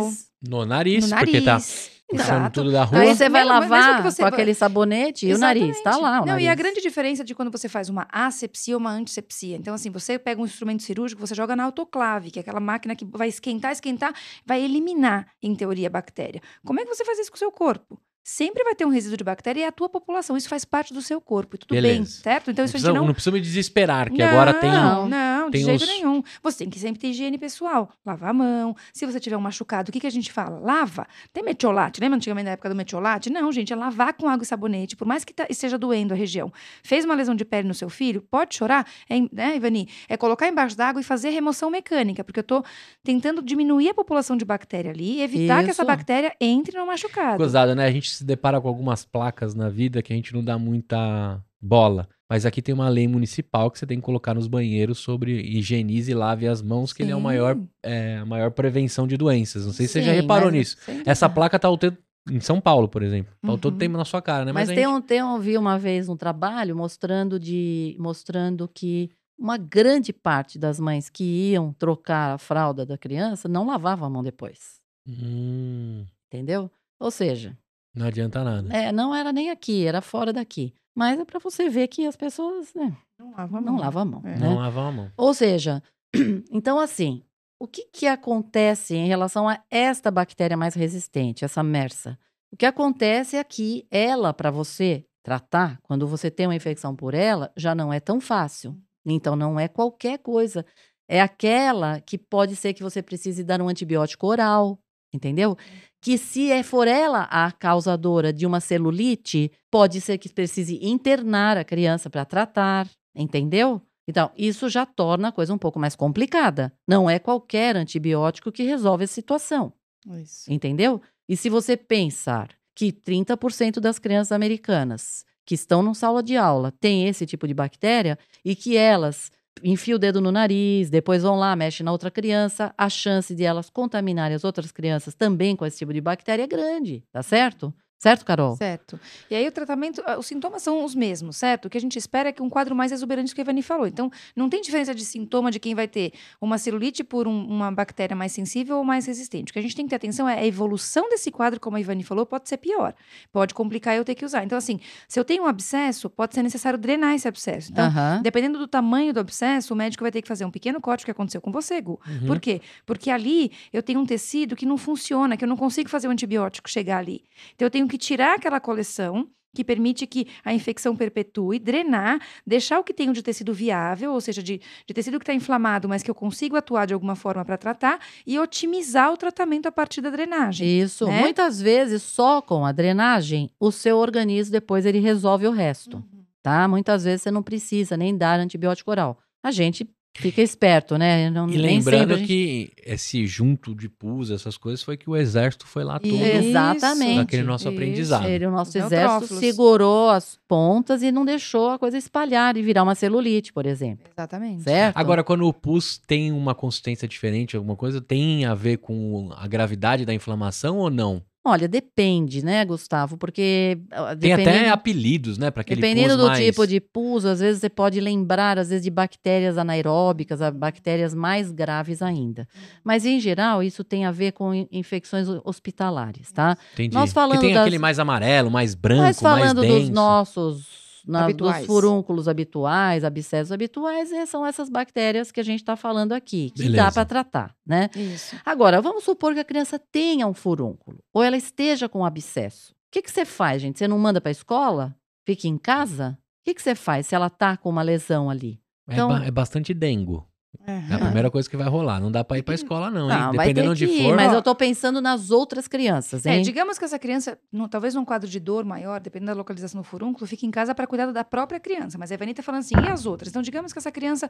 S1: nariz.
S2: No
S3: No
S2: nariz,
S3: nariz.
S2: porque tá puxando
S3: Exato.
S2: tudo da rua.
S1: Aí
S3: Mas
S1: é você vai
S3: mesmo- mas mesmo
S1: lavar
S3: que você
S1: com
S3: va-
S1: aquele sabonete e o nariz tá lá. O
S3: Não,
S1: nariz.
S3: e a grande diferença de quando você faz uma asepsia ou uma antisepsia. Então, assim, você pega um instrumento cirúrgico, você joga na autoclave, que é aquela máquina que vai esquentar, esquentar, vai eliminar, em teoria, a bactéria. Como é que você faz isso com o seu corpo? Sempre vai ter um resíduo de bactéria e é a tua população. Isso faz parte do seu corpo. E tudo bem,
S2: Beleza.
S3: certo? Então,
S2: Não
S3: isso a
S2: precisa,
S3: gente não
S2: não precisa me desesperar, que agora tem. um,
S1: Não.
S3: não,
S2: tem
S3: de jeito
S2: os-
S3: nenhum. Você tem que sempre ter higiene pessoal. Lavar a mão. Se você tiver um machucado, o que, que a gente fala? Lava. Tem metiolate. Lembra antigamente da época do metiolate? Não, gente, é lavar com água e sabonete. Por mais que tá- esteja doendo a região. Fez uma lesão de pele no seu filho? Pode chorar? É, em- né, Ivani? É colocar embaixo d'água e fazer remoção mecânica. Porque eu tô tentando diminuir a população de bactéria ali e evitar que essa
S1: Isso.
S3: bactéria entre no machucado.
S2: Gozada, né? A gente se depara com algumas placas na vida que a gente não dá muita bola. Mas aqui tem uma lei municipal que você tem que colocar nos banheiros sobre higienize e lave as mãos, que ele é o
S3: Sim,
S2: maior, é, a maior prevenção de doenças. Não sei se você já
S1: Sim,
S2: reparou
S1: mas-
S2: nisso.
S3: sem dúvida.
S2: Essa placa tá o tempo em São Paulo, por exemplo. Tá o todo
S3: Uhum.
S2: tempo na sua cara, né?
S1: Mas
S2: a
S1: tem
S2: gente-
S1: um, tem, eu vi uma vez um trabalho mostrando, de, mostrando que uma grande parte das mães que iam trocar a fralda da criança não lavava a mão depois.
S2: Hum,
S1: Entendeu? Ou seja,
S2: Não adianta nada.
S1: É, não era nem aqui, era fora daqui. Mas é para você ver que as pessoas né,
S3: Não lava a mão.
S1: não lavam a mão.
S3: É.
S1: né?
S2: Não lavam a mão.
S1: Ou seja, <clears throat> então assim, o que, que acontece em relação a esta bactéria mais resistente, essa MRSA? O que acontece é que ela, para você tratar, quando você tem uma infecção por ela, já não é tão fácil. Então, não é qualquer coisa. É aquela que pode ser que você precise dar um antibiótico oral, entendeu? Que se é for ela a causadora de uma celulite, pode ser que precise internar a criança para tratar, entendeu? Então, isso já torna a coisa um pouco mais complicada. Não é qualquer antibiótico que resolve a situação,
S3: É Isso.
S1: entendeu? E se você pensar que 30% das crianças americanas que estão numa sala de aula têm esse tipo de bactéria e que elas enfiam o dedo no nariz, depois vão lá, mexem na outra criança, a chance de elas contaminarem as outras crianças também com esse tipo de bactéria é grande, tá certo? Certo, Carol?
S3: Certo. E aí o tratamento, ah, os sintomas são os mesmos, certo? O que a gente espera é que um quadro mais exuberante que a Ivani falou. Então, não tem diferença de sintoma de quem vai ter uma celulite por um- uma bactéria mais sensível ou mais resistente. O que a gente tem que ter atenção é a evolução desse quadro, como a Ivani falou, pode ser pior. Pode complicar eu ter que usar. Então, assim, se eu tenho um abscesso, pode ser necessário drenar esse abscesso. Então,
S1: Aham.
S3: dependendo do tamanho do abscesso, o médico vai ter que fazer um pequeno corte, o que aconteceu com você, Gu.
S2: Uhum.
S3: Por quê? Porque ali eu tenho um tecido que não funciona, que eu não consigo fazer o antibiótico chegar ali. Então eu tenho que tirar aquela coleção que permite que a infecção perpetue, drenar, deixar o que tenho de tecido viável, ou seja, de, de tecido que está inflamado, mas que eu consigo atuar de alguma forma para tratar, e otimizar o tratamento a partir da drenagem.
S1: Isso.
S3: né?
S1: Muitas vezes, só com a drenagem, o seu organismo depois ele resolve o resto,
S3: Uhum.
S1: tá? Muitas vezes você não precisa nem dar antibiótico oral. A gente fica esperto, né? Não,
S2: E
S1: nem sempre
S2: lembrando
S1: a gente-
S2: que esse junto de pus, essas coisas, foi que o exército foi lá todo
S1: Isso. Exatamente.
S2: naquele nosso aprendizado.
S1: Ele, o nosso
S3: Os
S1: exército
S3: neutrófilos.
S1: segurou as pontas e não deixou a coisa espalhar e virar uma celulite, por exemplo.
S3: Exatamente.
S1: Certo?
S2: Agora, quando o pus tem uma consistência diferente, alguma coisa, tem a ver com a gravidade da inflamação ou não?
S1: Olha, depende, né, Gustavo? Porque. ah,
S2: Tem até
S1: dependendo-
S2: apelidos, né, para aquele
S1: Dependendo
S2: pus
S1: do
S2: mais-
S1: tipo de pus, às vezes você pode lembrar, às vezes, de bactérias anaeróbicas, a- bactérias mais graves ainda. Mas, em geral, isso tem a ver com in- infecções o- hospitalares, tá?
S2: Entendi.
S1: Nós falando
S2: que tem
S1: das-
S2: aquele mais amarelo, mais branco,
S1: Mas falando
S2: mais
S1: dos
S2: denso.
S1: nossos, na- dos
S3: Habituais.
S1: furúnculos habituais, abscessos habituais, é- são essas bactérias que a gente está falando aqui, que
S2: Beleza.
S1: dá para tratar, né?
S3: Isso.
S1: Agora, vamos supor que a criança tenha um furúnculo ou ela esteja com um abscesso. O que, que você faz, gente? Você não manda para a escola? Fica em casa? O que, que você faz se ela tá com uma lesão ali?
S2: É
S1: então-
S2: ba- É, bastante dengo. É a primeira coisa que vai rolar. Não dá pra ir pra escola, não, hein?
S1: Uhum. Não, vai ter
S2: Dependendo onde
S1: que ir,
S2: for.
S1: mas eu tô pensando nas outras crianças, hein?
S3: É, digamos que essa criança, no- talvez num quadro de dor maior, dependendo da localização do furúnculo, fica em casa para cuidar da própria criança. Mas a Ivani tá falando assim, e as outras? Então, digamos que essa criança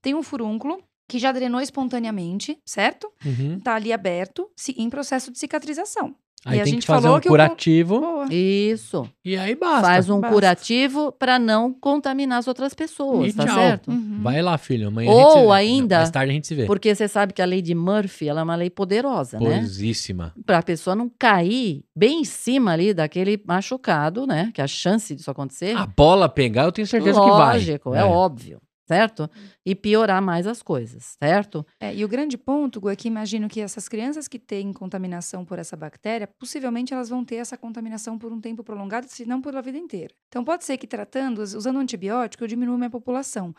S3: tem um furúnculo que já drenou espontaneamente, certo?
S2: Uhum.
S3: Tá ali aberto, se- em processo de cicatrização.
S2: Aí
S3: a
S2: tem
S3: gente
S2: que fazer
S3: falou
S2: um
S3: que o con-
S2: curativo
S3: Boa.
S1: Isso.
S2: e aí basta.
S1: Faz um
S3: basta.
S1: curativo para não contaminar as outras pessoas,
S2: E
S1: tá
S2: tchau. Hum.
S1: certo?
S3: Uhum.
S2: Vai lá, filho. Amanhã
S1: Ou
S2: a gente...
S1: ainda-
S2: Mais tarde a gente se vê.
S1: Porque você sabe que a lei de Murphy ela é uma lei poderosa, né?
S2: Posíssima.
S1: para a pessoa não cair bem em cima ali daquele machucado, né? Que a chance disso acontecer
S2: A bola pegar, eu tenho certeza que vai.
S1: Lógico, é, óbvio, certo? E piorar mais as coisas, certo?
S3: É, e o grande ponto, Gu, é que imagino que essas crianças que têm contaminação por essa bactéria, possivelmente elas vão ter essa contaminação por um tempo prolongado, se não pela vida inteira. Então pode ser que tratando, us- usando antibiótico, eu diminua minha população.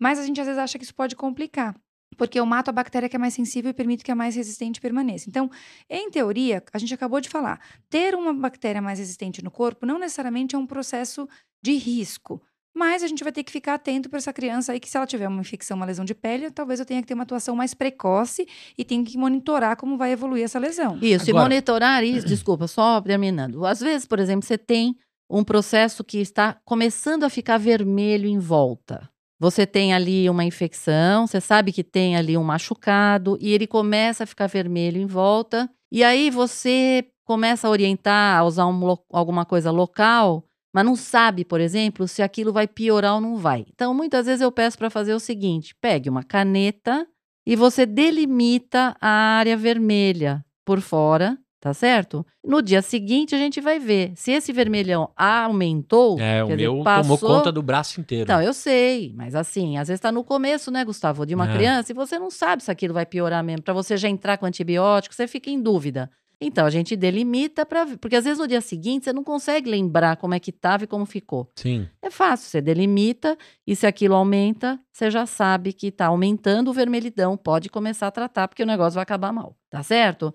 S3: Mas a gente às vezes acha que isso pode complicar. Porque eu mato a bactéria que é mais sensível e permito que a mais resistente permaneça. Então, em teoria, a gente acabou de falar, ter uma bactéria mais resistente no corpo não necessariamente é um processo de risco. Mas a gente vai ter que ficar atento para essa criança aí, que se ela tiver uma infecção, uma lesão de pele, talvez eu tenha que ter uma atuação mais precoce e tenho que monitorar como vai evoluir essa lesão.
S1: Isso, e
S2: Agora-
S1: monitorar
S2: <clears throat>
S1: isso, desculpa, só terminando. Às vezes, por exemplo, você tem um processo que está começando a ficar vermelho em volta. Você tem ali uma infecção, você sabe que tem ali um machucado e ele começa a ficar vermelho em volta. E aí você começa a orientar, a usar um lo- alguma coisa local, mas não sabe, por exemplo, se aquilo vai piorar ou não vai. Então, muitas vezes eu peço para fazer o seguinte: pegue uma caneta e você delimita a área vermelha por fora, tá certo? No dia seguinte a gente vai ver se esse vermelhão aumentou.
S2: É, o
S1: quer dizer,
S2: meu tomou
S1: passou-
S2: conta do braço inteiro.
S1: Não, eu sei, mas assim, às vezes está no começo, né, Gustavo, de uma
S2: É.
S1: criança e você não sabe se aquilo vai piorar mesmo. Para você já entrar com antibiótico, você fica em dúvida. Então, a gente delimita para. Porque às vezes no dia seguinte você não consegue lembrar como é que estava e como ficou.
S2: Sim.
S1: É fácil, você delimita e se aquilo aumenta, você já sabe que está aumentando o vermelhidão, pode começar a tratar, porque o negócio vai acabar mal, tá certo?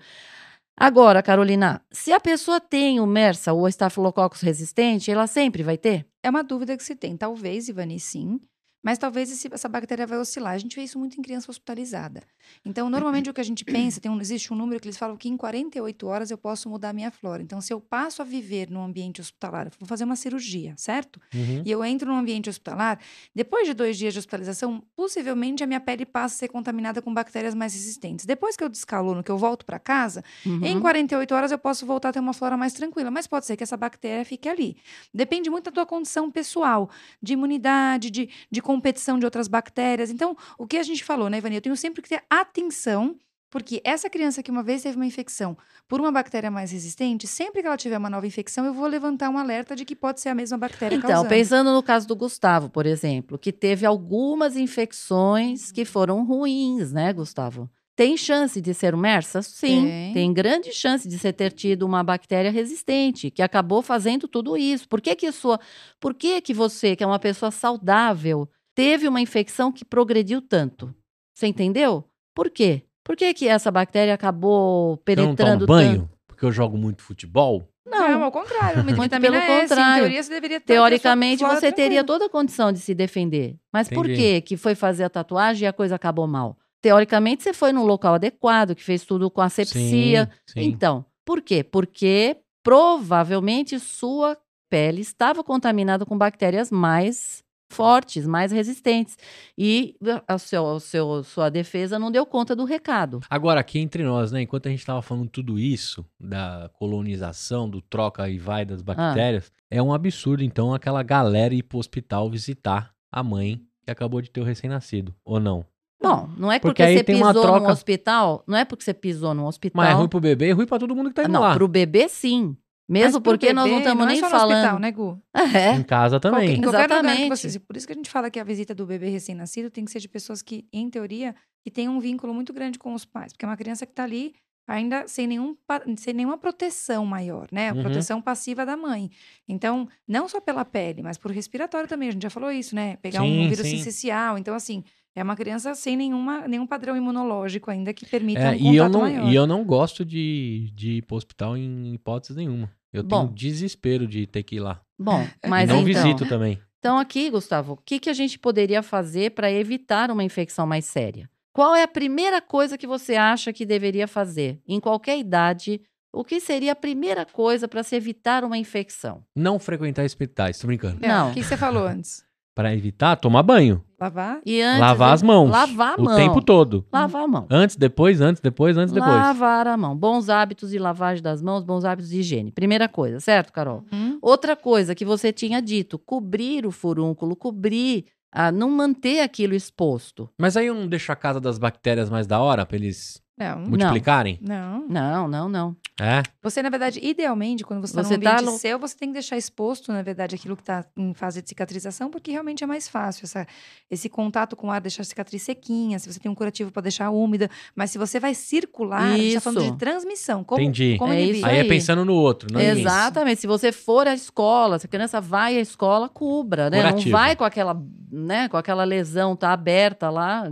S1: Agora, Carolina, se a pessoa tem o MRSA ou estafilococcus resistente, ela sempre vai ter?
S3: É uma dúvida que se tem. Talvez, Ivani, sim. Mas talvez esse- essa bactéria vai oscilar. A gente vê isso muito em criança hospitalizada. Então, normalmente o que a gente pensa, tem um, existe um número que eles falam que em 48 horas eu posso mudar a minha flora. Então, se eu passo a viver num ambiente hospitalar, vou fazer uma cirurgia, certo?
S2: Uhum.
S3: E eu entro num ambiente hospitalar, depois de dois dias de hospitalização, possivelmente a minha pele passa a ser contaminada com bactérias mais resistentes. Depois que eu descalono, que eu volto para casa,
S1: Uhum.
S3: em 48 horas eu posso voltar a ter uma flora mais tranquila, mas pode ser que essa bactéria fique ali. Depende muito da tua condição pessoal, de imunidade, de, de competição de outras bactérias. Então, o que a gente falou, né, Ivani? Eu tenho sempre que ter atenção, porque essa criança que uma vez teve uma infecção por uma bactéria mais resistente, sempre que ela tiver uma nova infecção, eu vou levantar um alerta de que pode ser a mesma bactéria
S1: Então,
S3: causando.
S1: pensando no caso do Gustavo, por exemplo, que teve algumas infecções que foram ruins, né, Gustavo? Tem chance de ser um MRSA? Sim.
S3: Tem.
S1: grande chance de você ter tido uma bactéria resistente, que acabou fazendo tudo isso. Por que que sua, por que que você, que é uma pessoa saudável, teve uma infecção que progrediu tanto? Você entendeu? Por quê? Por que que essa bactéria acabou
S2: Eu não tomo
S1: penetrando
S2: um banho,
S1: tanto?
S2: porque eu jogo muito futebol.
S3: Não,
S1: <laughs>
S3: ao contrário. Muito
S1: pelo contrário.
S3: Em teoria, você deveria ter
S1: Teoricamente,
S3: a sua flora
S1: você teria
S3: tranquila.
S1: toda a condição de se defender. Mas por
S2: Entendi.
S1: que que foi fazer a tatuagem e a coisa acabou mal? Teoricamente, você foi num local adequado, que fez tudo com asepsia.
S2: Sim, sim.
S1: Então, por quê? Porque provavelmente sua pele estava contaminada com bactérias mais fortes, mais resistentes. E a seu, a seu- sua defesa não deu conta do recado.
S2: Agora, aqui entre nós, né? Enquanto a gente tava falando tudo isso, da colonização, do troca e vai
S1: Ah.
S2: das bactérias, é um absurdo, então, aquela galera ir pro hospital visitar a mãe que acabou de ter o recém-nascido, ou não?
S1: Bom, não é porque,
S2: Porque aí
S1: você
S2: tem uma
S1: pisou num
S2: troca-
S1: hospital, não é porque você pisou num hospital.
S2: Mas é ruim pro bebê e ruim pra todo mundo que tá indo
S1: Ah, Não,
S2: lá.
S1: pro bebê sim. Mesmo
S3: Mas pro
S1: porque nós não
S3: bebê,
S1: estamos
S3: é
S1: nem
S3: só no
S1: falando.
S3: Hospital, né, Gu?
S1: <laughs> É.
S2: Em casa
S3: Qualquer-
S2: também.
S3: em qualquer lugar que
S1: Exatamente.
S3: você- Por isso que a gente fala que a visita do bebê recém-nascido tem que ser de pessoas que, em teoria, que têm um vínculo muito grande com os pais. Porque é uma criança que está ali ainda sem, nenhum, pa- sem nenhuma proteção maior, né? A
S2: Uhum.
S3: proteção passiva da mãe. Então, não só pela pele, mas por respiratório também. A gente já falou isso, né? Pegar
S2: Sim,
S3: um vírus
S2: sim.
S3: sensicial. Então, assim, é uma criança sem nenhuma, nenhum padrão imunológico ainda que permita
S2: É,
S3: um
S2: e, eu
S3: contato
S2: não,
S3: maior.
S2: e eu não gosto de, de ir pro hospital em hipótese nenhuma. Eu
S1: Bom.
S2: tenho desespero de ter que ir lá. <laughs>
S1: Bom,
S2: e
S1: mas
S2: É, não
S1: então.
S2: visito também.
S1: Então, aqui, Gustavo, o que, que a gente poderia fazer para evitar uma infecção mais séria? Qual é a primeira coisa que você acha que deveria fazer? Em qualquer idade, o que seria a primeira coisa para se evitar uma infecção?
S2: Não frequentar hospitais, tô brincando.
S3: É,
S1: Não.
S3: O que você falou antes?
S2: Pra evitar, tomar banho.
S3: Lavar?
S1: E antes,
S2: lavar as mãos.
S1: Lavar a mão.
S2: O tempo todo.
S1: Lavar a mão.
S2: Antes, depois, antes, depois, antes, depois.
S1: Lavar a mão. Bons hábitos de lavagem das mãos, bons hábitos de higiene. Primeira coisa, certo, Carol?
S3: Hum?
S1: Outra coisa que você tinha dito, cobrir o furúnculo, cobrir, ah, não manter aquilo exposto.
S2: Mas aí eu não deixo a casa das bactérias mais da hora pra eles
S3: Não.
S2: multiplicarem?
S3: Não.
S1: Não, não, não.
S2: É?
S3: Você, na verdade, idealmente, quando você está num
S1: Você tá
S3: ambiente
S1: no-
S3: seu, você tem que deixar exposto, na verdade, aquilo que está em fase de cicatrização, porque realmente é mais fácil essa- esse contato com o ar, deixar a cicatriz sequinha, se você tem um curativo para deixar úmida. Mas se você vai circular, a gente está falando
S1: Isso.
S3: de transmissão. Como,
S2: Entendi.
S3: Como
S1: É
S3: inibir?
S1: isso
S2: Aí, é
S1: aí.
S2: pensando no outro, não em mim.
S1: Exatamente. Se você for à escola, se a criança vai à escola, cubra, né?
S2: Curativo.
S1: Não vai com aquela, né, com aquela lesão tá aberta lá,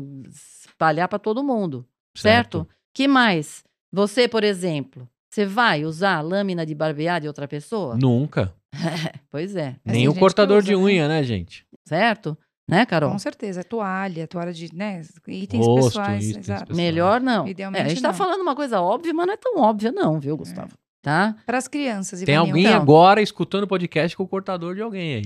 S1: espalhar para todo mundo, certo? Que mais? Você, por exemplo, você vai usar a lâmina de barbear de outra pessoa?
S2: Nunca.
S1: Pois é,
S3: Mas
S2: Nem
S3: tem
S2: o
S3: gente
S2: cortador
S3: que usa,
S2: de
S3: né?
S2: unha, né, gente?
S1: certo? Né, Carol?
S3: Com certeza. Toalha, toalha de né, itens
S2: Rosto,
S3: pessoais.
S2: itens
S3: exato.
S2: pessoais.
S1: Melhor não.
S3: Idealmente
S1: É, a gente tá
S3: não. É.
S1: falando uma coisa óbvia, mas não é tão óbvia não, viu, Gustavo? Tá?
S3: Para as crianças.
S2: Tem
S3: Ivanil.
S2: alguém
S1: Então.
S2: agora escutando o podcast com o cortador de alguém aí.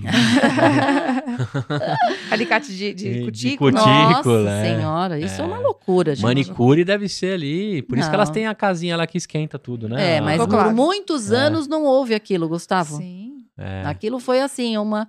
S3: <laughs> Alicate de, de,
S2: De- de
S3: cutícula.
S2: cutícula. Cutícula,
S1: Nossa
S2: é.
S1: senhora, isso é.
S2: É.
S1: uma loucura, gente.
S2: Manicure deve ser ali. Por isso que
S1: Não.
S2: elas têm a casinha lá que esquenta tudo, né?
S1: É, mas
S2: A-
S3: Ficou claro.
S1: por muitos
S2: É.
S1: anos não houve aquilo, Gustavo.
S3: Sim.
S2: É.
S1: Aquilo foi assim, uma,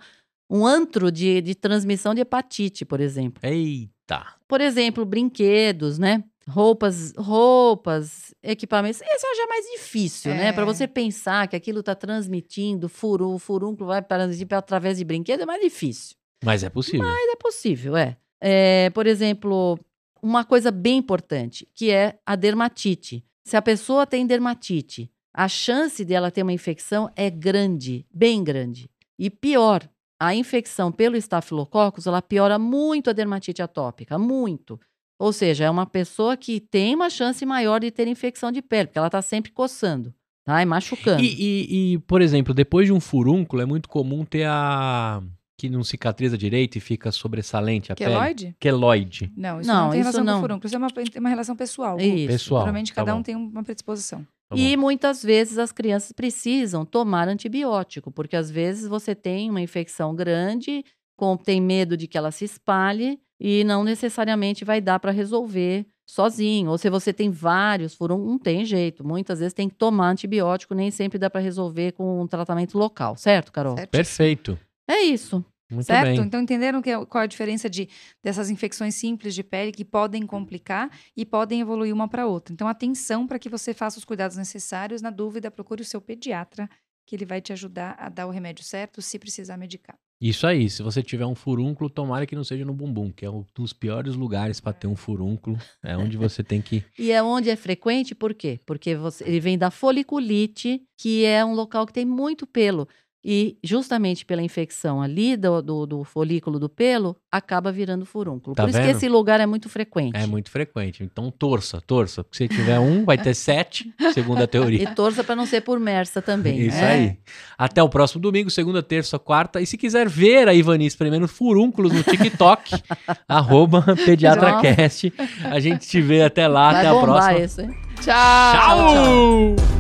S1: um antro de, de transmissão de hepatite, por exemplo.
S2: É. Eita.
S1: Por exemplo, brinquedos, né? Roupas, roupas, equipamentos. Isso eu acho já é mais difícil, né?
S3: É.
S1: Para você pensar que aquilo está transmitindo, furu, o furúnculo vai transmitir através de brinquedo, é mais difícil.
S2: Mas é possível.
S1: Mas é possível, é. é. Por exemplo, uma coisa bem importante, que é a dermatite. Se a pessoa tem dermatite, a chance dela ter uma infecção é grande, bem grande. E pior, a infecção pelo estafilococcus, ela piora muito a dermatite atópica, muito. Ou seja, é uma pessoa que tem uma chance maior de ter infecção de pele, porque ela está sempre coçando, tá? E machucando.
S2: E, e- e, por exemplo, depois de um furúnculo, é muito comum ter a. que não cicatriza direito e fica sobressalente a pele.
S3: Queloide?
S2: Queloide.
S3: Não, isso
S1: Não,
S3: não, tem
S1: isso
S3: relação
S1: não.
S3: com furúnculo. Isso é uma, tem uma relação pessoal.
S1: É Isso.
S2: Pessoal.
S3: Provavelmente
S2: tá
S3: cada um
S2: bom,
S3: tem uma predisposição.
S2: tá bom.
S1: E muitas vezes as crianças precisam tomar antibiótico, porque às vezes você tem uma infecção grande, com, tem medo de que ela se espalhe e não necessariamente vai dar para resolver sozinho. Ou se você tem vários, foram, não tem jeito. Muitas vezes tem que tomar antibiótico, nem sempre dá para resolver com um tratamento local, certo, Carol?
S3: Certo?
S2: Perfeito.
S1: É isso.
S2: Muito
S3: certo?
S2: bem.
S3: Então entenderam que, qual é a diferença de, dessas infecções simples de pele que podem complicar e podem evoluir uma para outra. Então atenção para que você faça os cuidados necessários. Na dúvida, procure o seu pediatra, que ele vai te ajudar a dar o remédio certo se precisar medicar.
S2: Isso aí, se você tiver um furúnculo, tomara que não seja no bumbum, que é um dos piores lugares para ter um furúnculo. É onde você tem que.
S1: E é onde é frequente, por quê? Porque você- ele vem da foliculite, que é um local que tem muito pelo. E justamente pela infecção ali do, do, do folículo do pelo, acaba virando furúnculo.
S2: Tá
S1: por isso que
S2: vendo?
S1: esse lugar é muito frequente.
S2: É muito frequente. Então torça, torça. Porque se tiver um, vai ter sete, segundo a teoria.
S1: <laughs> E torça para não ser por Mersa também.
S2: Isso
S1: né?
S2: aí. Até o próximo domingo, segunda, terça, quarta. E se quiser ver a Ivani espremendo furúnculos no TikTok, arroba PediatraCast. A gente te vê até lá.
S1: Vai
S2: até a
S1: bombar
S2: próxima.
S1: isso, hein?
S3: Tchau!
S2: Tchau!